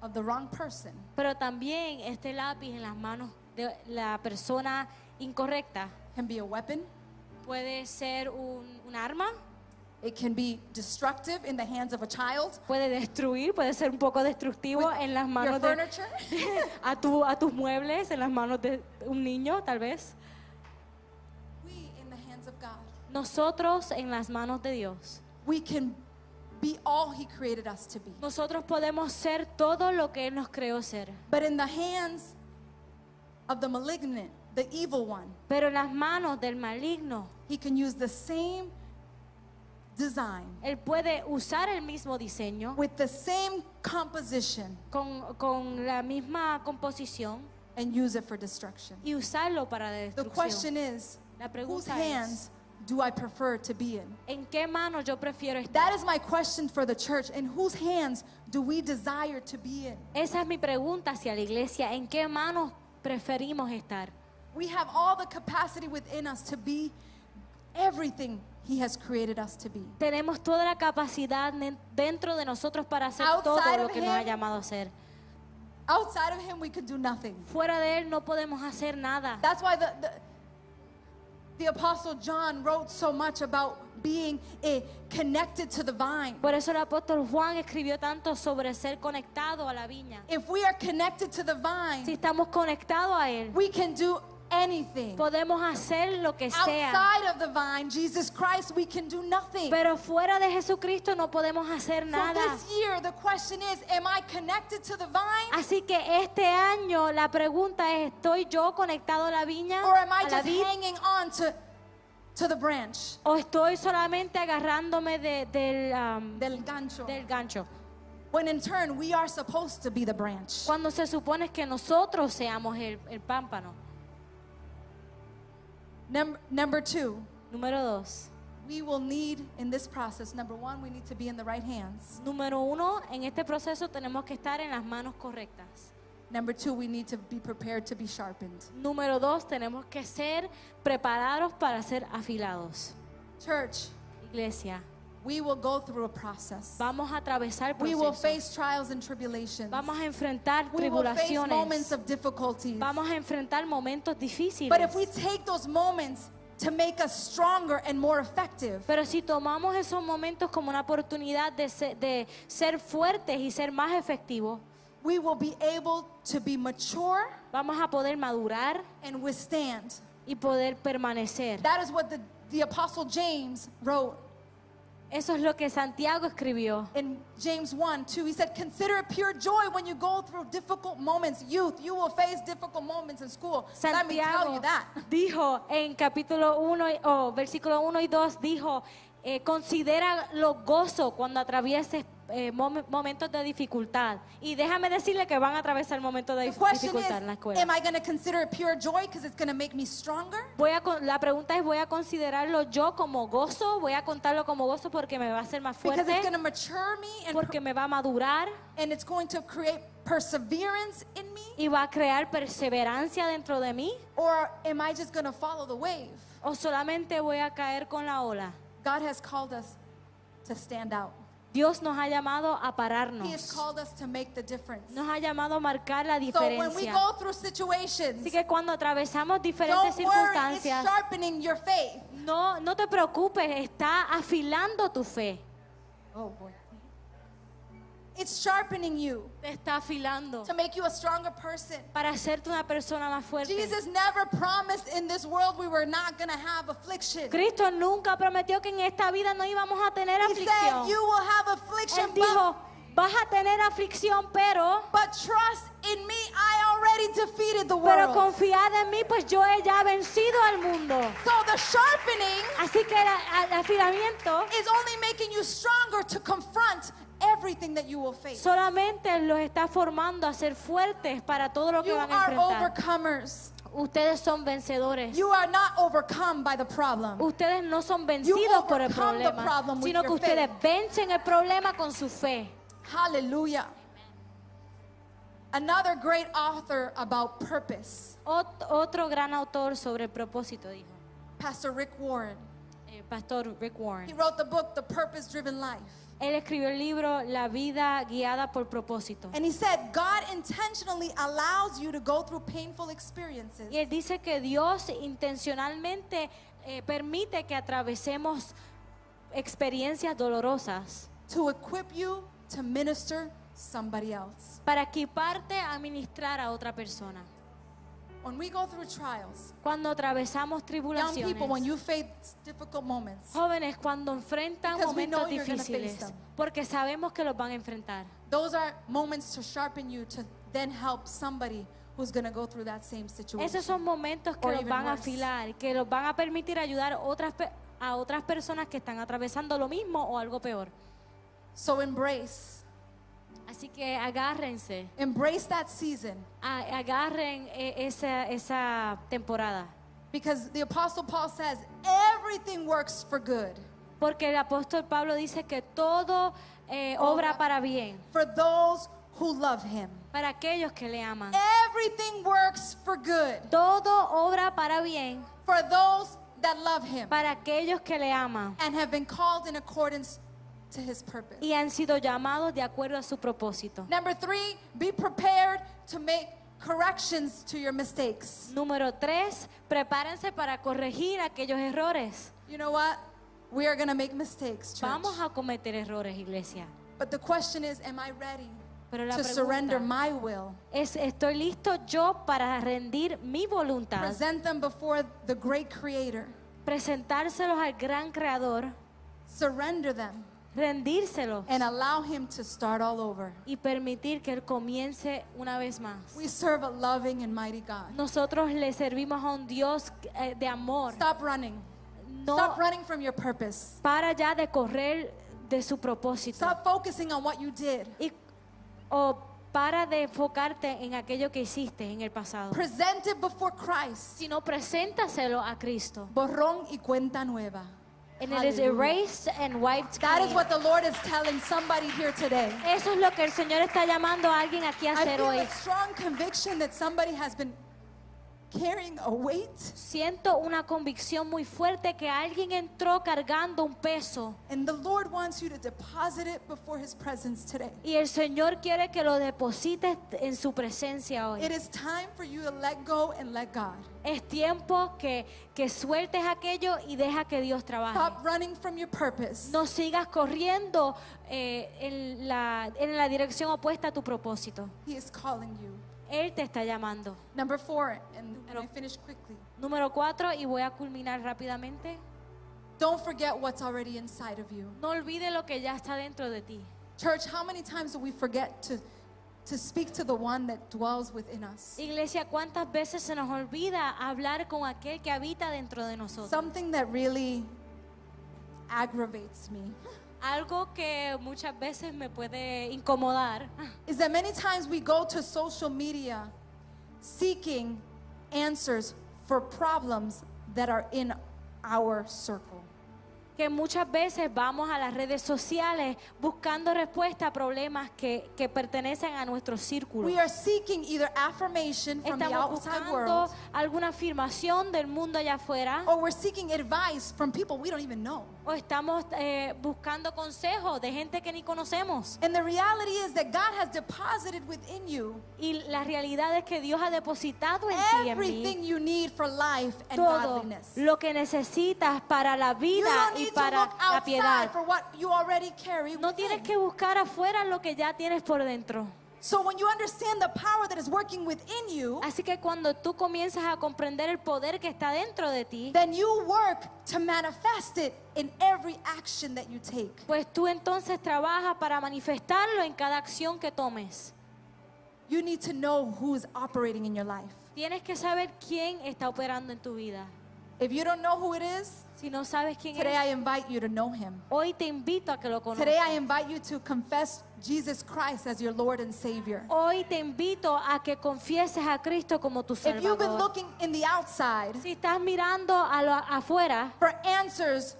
S2: of the wrong person
S1: Pero también este lápiz en las manos de la persona incorrecta
S2: can be a weapon.
S1: puede ser un, un arma,
S2: It can be destructive in the hands of a child.
S1: puede destruir, puede ser un poco destructivo
S2: with
S1: en las
S2: your
S1: manos de
S2: furniture.
S1: a, tu, a tus muebles, en las manos de un niño tal vez.
S2: we in the hands of God.
S1: Nosotros en las manos de Dios.
S2: We can be all he created us to be.
S1: Nosotros podemos ser todo lo que Él nos creó ser.
S2: But in the hands of the malignant, the evil one,
S1: Pero en las manos del maligno,
S2: he can use the same design
S1: Él puede usar el mismo diseño
S2: with the same composition
S1: con, con la misma composición
S2: and use it for destruction.
S1: y usarlo para la
S2: The
S1: destrucción.
S2: question is,
S1: La
S2: whose
S1: pregunta es,
S2: hands do I prefer to be in?
S1: ¿en qué mano yo prefiero estar?
S2: That is my question for the church. In whose hands do we desire to be in?
S1: Esa es mi pregunta hacia la iglesia. ¿En qué manos preferimos estar?
S2: We have all the capacity within us to be everything He has created us to be.
S1: Tenemos toda la capacidad ne- dentro de nosotros para hacer
S2: Outside
S1: todo lo
S2: of
S1: que nos ha
S2: him.
S1: llamado a hacer.
S2: Outside of Him, we could do nothing.
S1: Fuera de Él no podemos hacer nada.
S2: That's why the, the, the Apostle John wrote so much about being eh, connected to the vine.
S1: Por eso el apóstol Juan escribió tanto sobre ser conectado a la viña.
S2: If we are connected to the
S1: Si
S2: vine,
S1: estamos conectados a Él,
S2: we can do anything.
S1: podemos hacer lo que sea.
S2: Outside of the vine, Jesus Christ, we can do nothing.
S1: Pero fuera de Jesucristo no podemos hacer
S2: So
S1: nada.
S2: this year, the question is, am I connected to the vine
S1: Así que este año la pregunta es, ¿estoy yo conectado a la viña,
S2: or am I
S1: a la
S2: just
S1: vid,
S2: hanging on to, to the branch?
S1: o estoy solamente agarrándome de- del, um,
S2: del gancho.
S1: del gancho?
S2: When in turn we are supposed to be the branch.
S1: Cuando se supone que nosotros seamos el, el pámpano.
S2: Num- number two,
S1: Número dos.
S2: we will need in this process. Number one, we need to be in the right hands.
S1: Número uno, en este proceso tenemos que estar en las manos correctas.
S2: Number two, we need to be prepared to be sharpened.
S1: Número dos, tenemos que ser preparados para ser afilados.
S2: Church,
S1: Iglesia,
S2: we will go through a process.
S1: vamos a atravesar
S2: We will
S1: procesos.
S2: face trials and tribulations.
S1: Vamos a enfrentar
S2: We will face moments
S1: tribulaciones.
S2: of difficulties.
S1: Vamos a enfrentar momentos
S2: But if we
S1: difíciles.
S2: take those moments to make us stronger and more effective,
S1: Pero si tomamos esos momentos como una oportunidad de ser, de ser fuertes y ser más efectivos,
S2: we will be able to be mature
S1: vamos a poder madurar
S2: and withstand
S1: y poder permanecer.
S2: That is what the, the Apostle James wrote
S1: Eso es lo que Santiago escribió.
S2: in James 1 2. He said, Consider it pure joy when you go through difficult moments. Youth, you will face difficult moments in school. Let me tell
S1: Santiago
S2: you that.
S1: dijo en capítulo 1 o versículo 1 y 2 dijo Eh, considera los gozos cuando atravieses eh, mom- momentos de dificultad. Y déjame decirle que van a atravesar momentos de
S2: The question is,
S1: dificultad en la escuela.
S2: am I going to consider it pure joy because it's going to make me stronger?
S1: Voy a con- la pregunta es, ¿voy a considerarlo yo como gozo? ¿Voy a contarlo como gozo porque me va a hacer más
S2: Because it's going
S1: fuerte?
S2: to mature me and,
S1: Porque me va a madurar
S2: and it's going to create perseverance in me?
S1: y va a crear perseverancia dentro de mí.
S2: Or am I just going to follow the wave?
S1: ¿O solamente voy a caer con la ola?
S2: God has called us to stand out.
S1: Dios nos ha llamado a
S2: He has
S1: pararnos.
S2: called us to make the difference.
S1: Nos ha llamado a marcar la
S2: So when we
S1: diferencia.
S2: go through situations,
S1: Así que cuando atravesamos diferentes
S2: don't worry, it's
S1: circunstancias,
S2: sharpening your faith.
S1: No, no te preocupes, está afilando tu fe.
S2: Oh boy. It's sharpening you
S1: Te está afilando
S2: to make you a stronger person.
S1: para hacerte una persona más fuerte.
S2: Jesus never promised in this world we were not going to have affliction.
S1: Cristo nunca prometió que en esta vida no íbamos a tener
S2: He said,
S1: aflicción.
S2: You will have affliction,
S1: Él
S2: but,
S1: dijo, vas a tener aflicción, pero
S2: but trust in me. I already defeated the
S1: pero
S2: world.
S1: confiad en mí, pues yo he ya vencido al mundo.
S2: So the sharpening
S1: Así que el, a- el afilamiento
S2: is only making you stronger to confront everything that you will face.
S1: solamente los está formando a ser fuertes para todo lo que
S2: You
S1: van a
S2: are
S1: enfrentar.
S2: overcomers.
S1: Ustedes son vencedores.
S2: You are not overcome by the problem.
S1: Ustedes no son vencidos por el
S2: overcome the
S1: problema,
S2: problem with
S1: sino que
S2: your
S1: ustedes
S2: faith.
S1: vencen el problema con su fe.
S2: Hallelujah. Another great author about purpose,
S1: Ot- otro gran autor sobre el propósito dijo,
S2: Pastor Rick Warren.
S1: eh, Pastor Rick
S2: He
S1: Warren.
S2: wrote the book The Purpose Driven Life.
S1: Él escribió el libro La vida guiada por propósito.
S2: And he said, God intentionally allows you to go through painful experiences
S1: Y él dice que Dios intencionalmente eh, permite que atravesemos experiencias dolorosas
S2: to equip you to minister somebody else.
S1: para equiparte a ministrar a otra persona.
S2: When we go through trials,
S1: Cuando atravesamos
S2: young people, when
S1: tribulaciones,
S2: you face difficult moments,
S1: Jóvenes cuando enfrentan
S2: Because we know
S1: momentos
S2: you're gonna face
S1: difíciles,
S2: them.
S1: porque sabemos que los van a enfrentar.
S2: those are moments to sharpen you to then help somebody who's going to go through that same situation.
S1: Esos son momentos que
S2: Or
S1: los
S2: even
S1: van a
S2: worse.
S1: afilar, que los van a permitir ayudar otras pe- a otras personas que están atravesando lo mismo o algo peor.
S2: So embrace,
S1: Así que agárrense,
S2: embrace that season
S1: a- agarren eh, esa, esa temporada,
S2: because the Apostle Paul says everything works for good
S1: porque el apóstol Pablo dice que todo eh, obra
S2: Obra.
S1: para bien,
S2: for those who love him.
S1: para aquellos que le aman.
S2: Everything works for good
S1: Todo obra para bien,
S2: for those that love him
S1: para aquellos que le aman.
S2: and have been called in accordance to his purpose.
S1: y han sido llamados de acuerdo a su propósito.
S2: Number three, be prepared to make corrections to your mistakes.
S1: Número tres, prepárense para corregir aquellos errores.
S2: You know what? We are going to make mistakes, church.
S1: Vamos a cometer errores, iglesia.
S2: But the question is, am I ready
S1: Pero la
S2: to surrender
S1: pregunta
S2: my will?
S1: es, ¿estoy listo yo para rendir mi voluntad?
S2: Present them before the great creator.
S1: Presentárselos al gran creador,
S2: Surrender them
S1: rendírselos
S2: and allow him to start all over.
S1: y permitir que él comience una vez más.
S2: We serve a loving and mighty God.
S1: Nosotros le servimos a un Dios eh, de amor.
S2: Stop running.
S1: No
S2: Stop running from your purpose.
S1: para ya de correr de su propósito.
S2: Stop focusing on what you did.
S1: y, o para de enfocarte en aquello que hiciste en el pasado,
S2: Present it before Christ.
S1: sino preséntaselo a Cristo.
S2: Borrón y cuenta nueva.
S1: And it is
S2: Hallelujah.
S1: erased and wiped
S2: That is
S1: clean.
S2: what the Lord is telling somebody here today.
S1: Eso es lo que el Señor está llamando a alguien aquí a
S2: I
S1: hacer
S2: feel
S1: hoy.
S2: a strong conviction that somebody has been carrying a weight,
S1: Siento una convicción muy fuerte que alguien entró cargando un peso
S2: and the Lord wants you to deposit it before His presence today.
S1: y el Señor quiere que lo deposites en su presencia hoy.
S2: It is time for you to let go and let God.
S1: Es tiempo que, que sueltes aquello y deja que Dios trabaje.
S2: Stop running from your purpose.
S1: No sigas corriendo eh, en, la, en la dirección opuesta a tu propósito.
S2: He is calling you.
S1: Él te está llamando.
S2: Number four, and and I finish quickly.
S1: Número cuatro, y voy a culminar rápidamente.
S2: Don't forget what's already inside of you.
S1: No olvides lo que ya está dentro de ti.
S2: Church, how many times do we forget to, to speak to the one that dwells within us?
S1: Iglesia, ¿cuántas veces se nos olvida hablar con aquel que habita dentro de nosotros?
S2: Something that really aggravates me
S1: Algo que muchas veces me puede incomodar
S2: is that many times we go to social media seeking answers for problems that are in our circle.
S1: que muchas veces vamos a las redes sociales buscando respuesta a problemas que, que pertenecen a nuestro círculo.
S2: We are seeking either affirmation from the
S1: Estamos
S2: outside
S1: buscando
S2: world Oh.
S1: alguna afirmación del mundo allá afuera
S2: or we're seeking advice from people we don't even know.
S1: o estamos eh, buscando consejos de gente que ni conocemos.
S2: And the reality is that God has deposited within you
S1: Y la realidad es que Dios ha depositado en ti y en mí
S2: everything you need for life and
S1: todo
S2: godliness.
S1: lo que necesitas para la
S2: You
S1: vida
S2: don't
S1: y
S2: need to
S1: para
S2: look
S1: la
S2: outside
S1: piedad.
S2: for what you already carry.
S1: No tienes
S2: within.
S1: que buscar afuera lo que ya tienes por dentro.
S2: So when you understand the power that is working within you,
S1: Así que cuando tú comienzas a comprender el poder que está dentro de ti,
S2: then you work to manifest it in every action that you take.
S1: pues tú entonces trabajas para manifestarlo en cada acción que tomes.
S2: You need to know who is operating in your life.
S1: Tienes que saber quién está operando en tu vida.
S2: If you don't know who it is,
S1: Si no sabes quién
S2: today
S1: es,
S2: I invite you to know him.
S1: hoy te invito a que lo conozcas.
S2: Today I invite you to confess Jesus Christ as your Lord and Savior.
S1: Hoy te invito a que confieses a Cristo como tu
S2: If you've been
S1: Salvador.
S2: looking in the outside
S1: Si estás mirando a lo afuera,
S2: for answers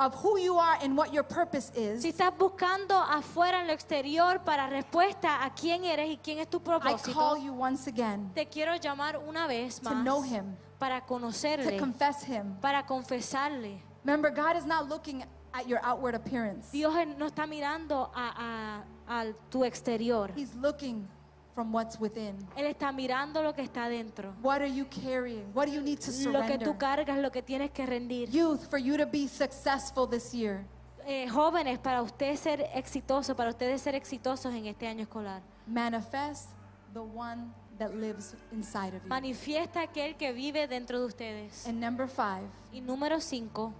S2: of who you are and what your purpose is,
S1: si estás buscando afuera en lo exterior para respuesta a quién eres y quién es tu
S2: I call
S1: propósito,
S2: you once again
S1: te quiero llamar una vez
S2: To
S1: más
S2: know him.
S1: para
S2: to
S1: conocerle,
S2: confess him.
S1: para confesarle.
S2: Remember, God is not looking at your outward appearance.
S1: Dios no está mirando a, a- a tu exterior.
S2: He's looking from what's within.
S1: Él está mirando lo que está dentro.
S2: What are you carrying? What do you need to
S1: Lo que
S2: surrender?
S1: tú cargas, lo que tienes que rendir.
S2: Youth, for you to be successful this year,
S1: Eh, jóvenes, para ustedes ser exitosos, para ustedes ser exitosos en este año escolar,
S2: manifest the one that lives inside of you.
S1: manifiesta aquel que vive dentro de ustedes.
S2: And number five,
S1: Y número cinco,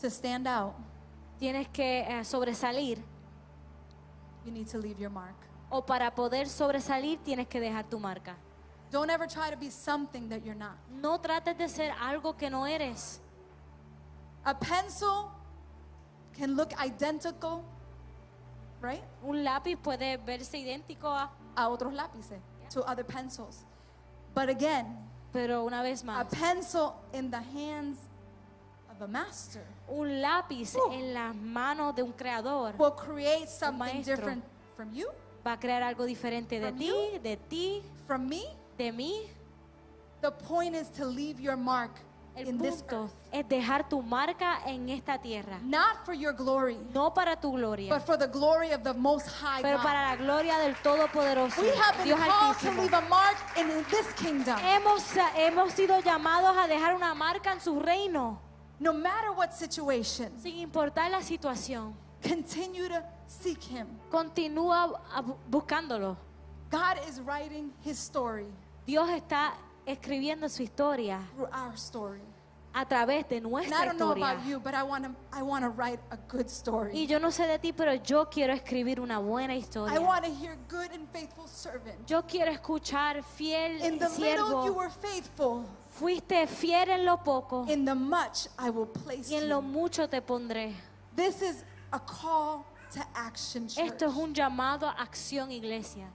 S2: to stand out,
S1: tienes que eh, sobresalir
S2: you need to leave your mark.
S1: o para poder sobresalir tienes que dejar tu marca.
S2: Don't ever try to be something that you're not.
S1: No trates de ser algo que no eres.
S2: A pencil can look identical, right?
S1: Un lápiz puede verse idéntico a,
S2: A otros lápices, to other pencils. But again,
S1: pero una vez más.
S2: a pencil in the hands of a master
S1: un lápiz
S2: Uh.
S1: en las manos de un creador
S2: will create something
S1: maestro.
S2: different from you,
S1: va a crear algo diferente de
S2: From
S1: ti,
S2: you?
S1: de ti,
S2: from me.
S1: de mí.
S2: The point is to leave your mark
S1: El
S2: in this
S1: punto
S2: earth,
S1: es dejar tu marca en esta tierra,
S2: not for your glory,
S1: no para tu gloria,
S2: but for the glory of the Most High
S1: pero
S2: God.
S1: para la gloria del Todopoderoso,
S2: we have been
S1: Dios
S2: called to
S1: Altísimo.
S2: leave a mark in this kingdom.
S1: Hemos, hemos sido llamados a dejar una marca en su reino,
S2: No matter what situation,
S1: sin importar la situación.
S2: continue to seek Him.
S1: Continúa ah, bu- buscándolo.
S2: God is writing His story
S1: Dios está escribiendo su historia
S2: through our story.
S1: a través de
S2: And I
S1: nuestra
S2: don't know
S1: historia.
S2: about you, but I want to I want to write a good story.
S1: Y yo no sé de ti, pero yo quiero escribir una buena
S2: I
S1: historia.
S2: want to hear good and faithful servant.
S1: Yo quiero escuchar fiel
S2: In the little you
S1: siervo.
S2: were faithful,
S1: Fuiste fiel en lo poco
S2: in the much I will place
S1: y en lo
S2: you.
S1: mucho te pondré.
S2: This is a call to action, church.
S1: Esto es un llamado a acción, iglesia.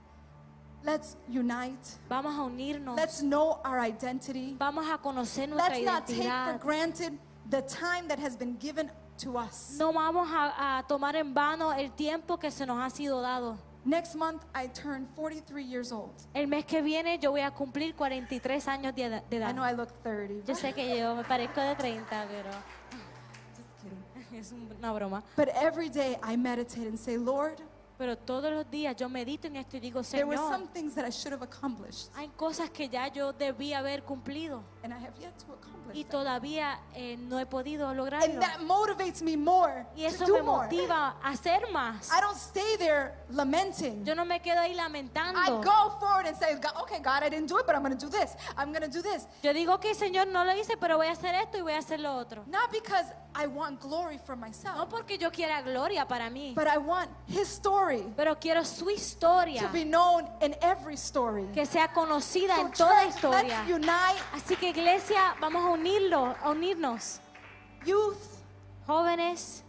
S2: Let's unite.
S1: Vamos a unirnos.
S2: Let's know our identity.
S1: Vamos a conocer nuestra
S2: Let's not take for
S1: identidad.
S2: granted the time that has been given to us.
S1: No vamos a, a tomar en vano el tiempo que se nos ha sido dado.
S2: Next month, I turn 43 years old.
S1: El mes que viene yo voy a cumplir 43 años de eda- de
S2: I know
S1: edad.
S2: I look 30.
S1: Yo
S2: but-
S1: sé que yo me parezco de 30, pero
S2: Just kidding.
S1: es una broma.
S2: But every day I meditate and say, Lord,
S1: Pero todos los días yo medito en esto y digo,
S2: there were some
S1: Señor,
S2: things that I should have accomplished,
S1: hay cosas que ya yo debí haber cumplido
S2: and I have yet to accomplish.
S1: y
S2: them.
S1: todavía eh, no he podido lograrlo.
S2: And that motivates me more
S1: Y
S2: to
S1: eso
S2: do
S1: me
S2: more.
S1: motiva a hacer más.
S2: I don't stay there lamenting.
S1: Yo no me quedo ahí
S2: I
S1: lamentando.
S2: go forward and say, "God- okay, God, I didn't do it, but I'm going to do this. I'm going to do this.
S1: Yo digo que Señor no lo hice, pero voy a hacer esto y voy a hacer lo otro.
S2: Not because I want glory for
S1: No
S2: myself,
S1: porque yo quiera gloria para mí,
S2: but I want His story
S1: pero quiero su
S2: to
S1: historia,
S2: be known in every story.
S1: que sea conocida
S2: So,
S1: en toda
S2: church, let's
S1: historia.
S2: unite.
S1: Así que iglesia, vamos a unirlo, a unirnos.
S2: Youth,
S1: Jóvenes,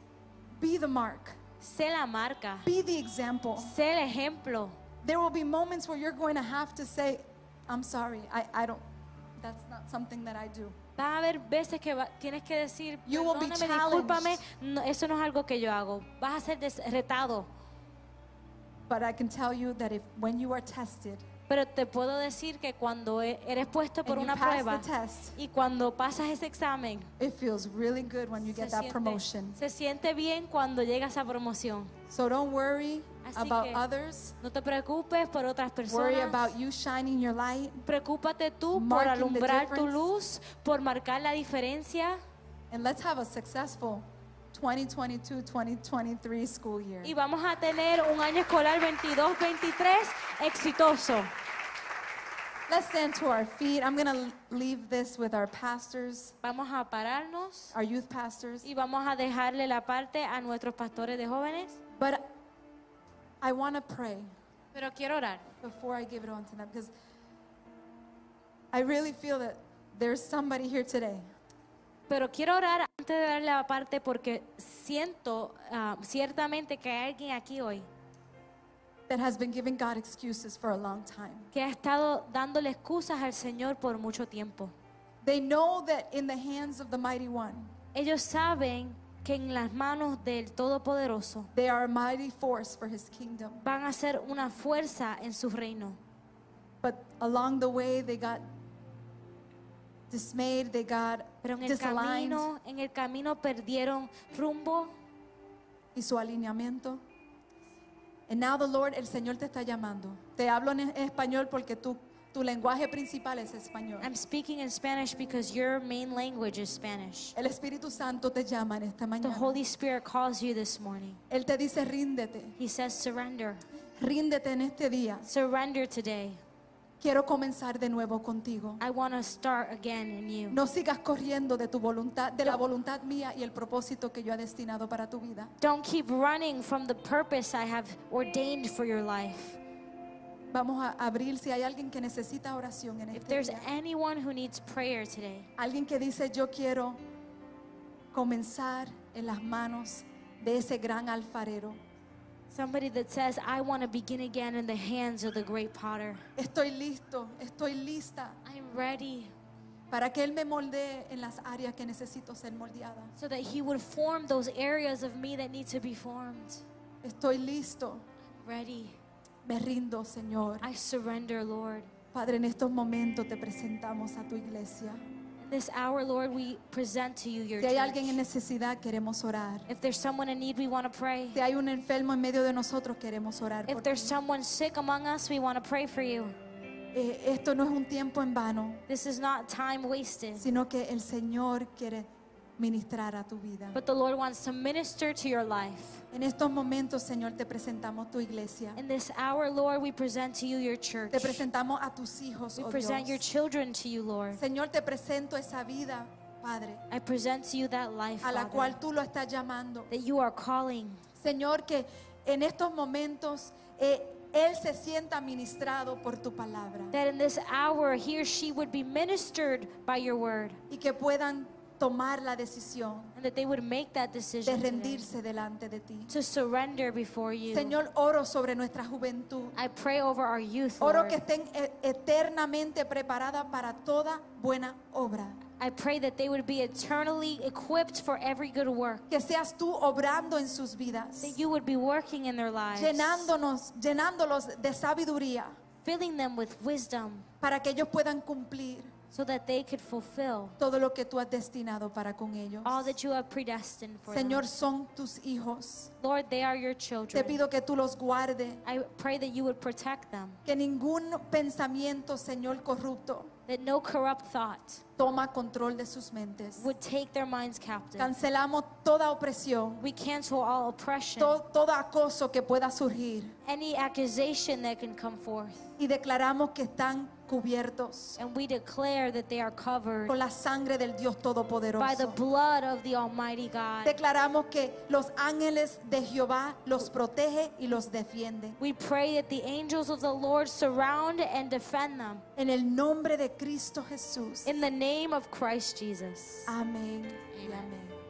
S2: be the mark,
S1: sé la marca,
S2: be the example.
S1: sé el ejemplo.
S2: There will be moments where you're going to have to say, I'm sorry, I, I don't, that's not something that I do.
S1: Va a haber veces que va- tienes que decir,
S2: You will be
S1: perdóname,
S2: challenged.
S1: discúlpame, no, eso no es algo que yo hago. Vas a ser des- retado,
S2: But I can tell you that if when you are tested
S1: pero te puedo decir que cuando e- eres puesto por
S2: and you
S1: una
S2: pass
S1: prueba
S2: the test,
S1: y cuando pasas ese examen,
S2: it feels really good when you
S1: se
S2: get that
S1: siente,
S2: promotion.
S1: se siente bien cuando llegas a promoción.
S2: So don't worry
S1: Así
S2: about
S1: que-
S2: others.
S1: No te preocupes por otras
S2: Worry
S1: personas.
S2: about you shining your light
S1: Preocúpate tú por
S2: Marking the
S1: alumbrar tu
S2: difference.
S1: luz, por marcar la diferencia
S2: and let's have a successful 2022-2023 school year.
S1: y vamos a tener un año escolar 22-23 exitoso.
S2: Let's stand to our feet. I'm going to leave this with our pastors,
S1: Vamos a pararnos
S2: our youth pastors.
S1: y vamos a dejarle la parte a nuestros pastores de jóvenes.
S2: But I want to pray
S1: Pero quiero orar.
S2: before I give it on to them because I really feel that there's somebody here today
S1: Pero quiero orar antes de darle la parte porque siento ah, ciertamente que hay alguien aquí hoy
S2: that has been giving God excuses for a long time.
S1: que ha estado dándole excusas al Señor por mucho tiempo.
S2: They know that in the hands of the mighty one,
S1: Ellos saben que en las manos del Todopoderoso
S2: they are a mighty force for his kingdom.
S1: van a ser una fuerza en su reino.
S2: But along the way, they got dismayed, they got
S1: Pero en el
S2: disaligned.
S1: camino, en el camino perdieron rumbo
S2: y su alineamiento. And now the Lord, el Señor te está llamando. Te hablo en en español porque tu, tu lenguaje principal es español.
S1: I'm speaking in Spanish because your main language is Spanish.
S2: El Espíritu Santo te llama en esta
S1: The
S2: mañana.
S1: Holy Spirit calls you this morning.
S2: Él te dice, ríndete,
S1: He says, Surrender.
S2: ríndete en este día.
S1: Surrender today.
S2: Quiero comenzar de nuevo contigo.
S1: I want to start again in you.
S2: No sigas corriendo de tu voluntad, de la voluntad mía y el propósito que yo he destinado para tu vida.
S1: Don't keep running from the purpose I have ordained for your life.
S2: Vamos a abrir si hay alguien que necesita oración en
S1: If
S2: este
S1: there's
S2: día.
S1: anyone who needs prayer today,
S2: Alguien que dice, yo quiero comenzar en las manos de ese gran alfarero.
S1: somebody that says, I want to begin again in the hands of the great potter,
S2: Estoy listo, estoy lista
S1: I'm ready
S2: para que Él me moldee en las áreas que necesito ser moldeada.
S1: so that he would form those areas of me that need to be formed.
S2: Estoy listo,
S1: Ready.
S2: me rindo, Señor.
S1: I surrender, Lord.
S2: Padre, en estos momentos te presentamos a tu iglesia.
S1: In this hour, Lord, we present to you your
S2: Si hay alguien en
S1: church.
S2: necesidad, queremos orar.
S1: If there's someone in need, we want to pray.
S2: Si hay un enfermo en medio de nosotros, queremos orar.
S1: If
S2: por
S1: there's
S2: ti.
S1: someone sick among us, we want to pray for you.
S2: Eh, esto no es un tiempo en vano,
S1: This is not time wasted,
S2: sino que el Señor quiere ministrar a tu vida.
S1: but the Lord wants to minister to your life.
S2: En estos momentos, Señor, te presentamos tu iglesia.
S1: In this hour, Lord, we present to you your church.
S2: Te presentamos a tus hijos,
S1: We
S2: oh
S1: present your
S2: Dios.
S1: children to you, Lord.
S2: Señor, te presento esa vida, Padre,
S1: I present to you that life,
S2: a la
S1: Father,
S2: cual tú lo estás llamando.
S1: that you are calling.
S2: Señor, que en estos momentos eh, Él se sienta ministrado por tu palabra
S1: That in this hour, he or she would be ministered by your word,
S2: y que puedan tomar la decisión
S1: and that they would make that
S2: de
S1: decision today
S2: rendirse delante de ti.
S1: to surrender before you.
S2: Señor, oro sobre nuestra juventud.
S1: I pray over our youth,
S2: Oro
S1: Lord.
S2: que estén e- eternamente preparadas para toda buena obra.
S1: I pray that they would be eternally equipped for every good work.
S2: Que seas tú obrando en sus vidas.
S1: That you would be working in their lives,
S2: llenándonos, llenándolos de sabiduría
S1: filling them with wisdom
S2: para que ellos puedan cumplir
S1: so that they could fulfill
S2: todo lo que tú has destinado para con ellos.
S1: all that you have predestined for
S2: Señor,
S1: them.
S2: son tus hijos.
S1: Lord, they are your
S2: Te
S1: children.
S2: pido que tú los guardes,
S1: I pray that you would protect them,
S2: que ningún pensamiento, Señor, corrupto
S1: that no corrupt thought
S2: toma control de sus mentes.
S1: would take their minds captive.
S2: Cancelamos toda opresión,
S1: We cancel all oppression,
S2: to- todo acoso que pueda surgir
S1: any accusation that can come forth,
S2: y declaramos que están cubiertos
S1: and we declare that they are covered
S2: con la sangre del Dios
S1: by the
S2: Todopoderoso.
S1: blood of the Almighty God.
S2: Declaramos que los ángeles de Jehová los protege y los defiende.
S1: We pray that the angels of the Lord surround and defend them.
S2: En el nombre de Cristo Jesús.
S1: In the name of Christ Jesus.
S2: Amén y amén.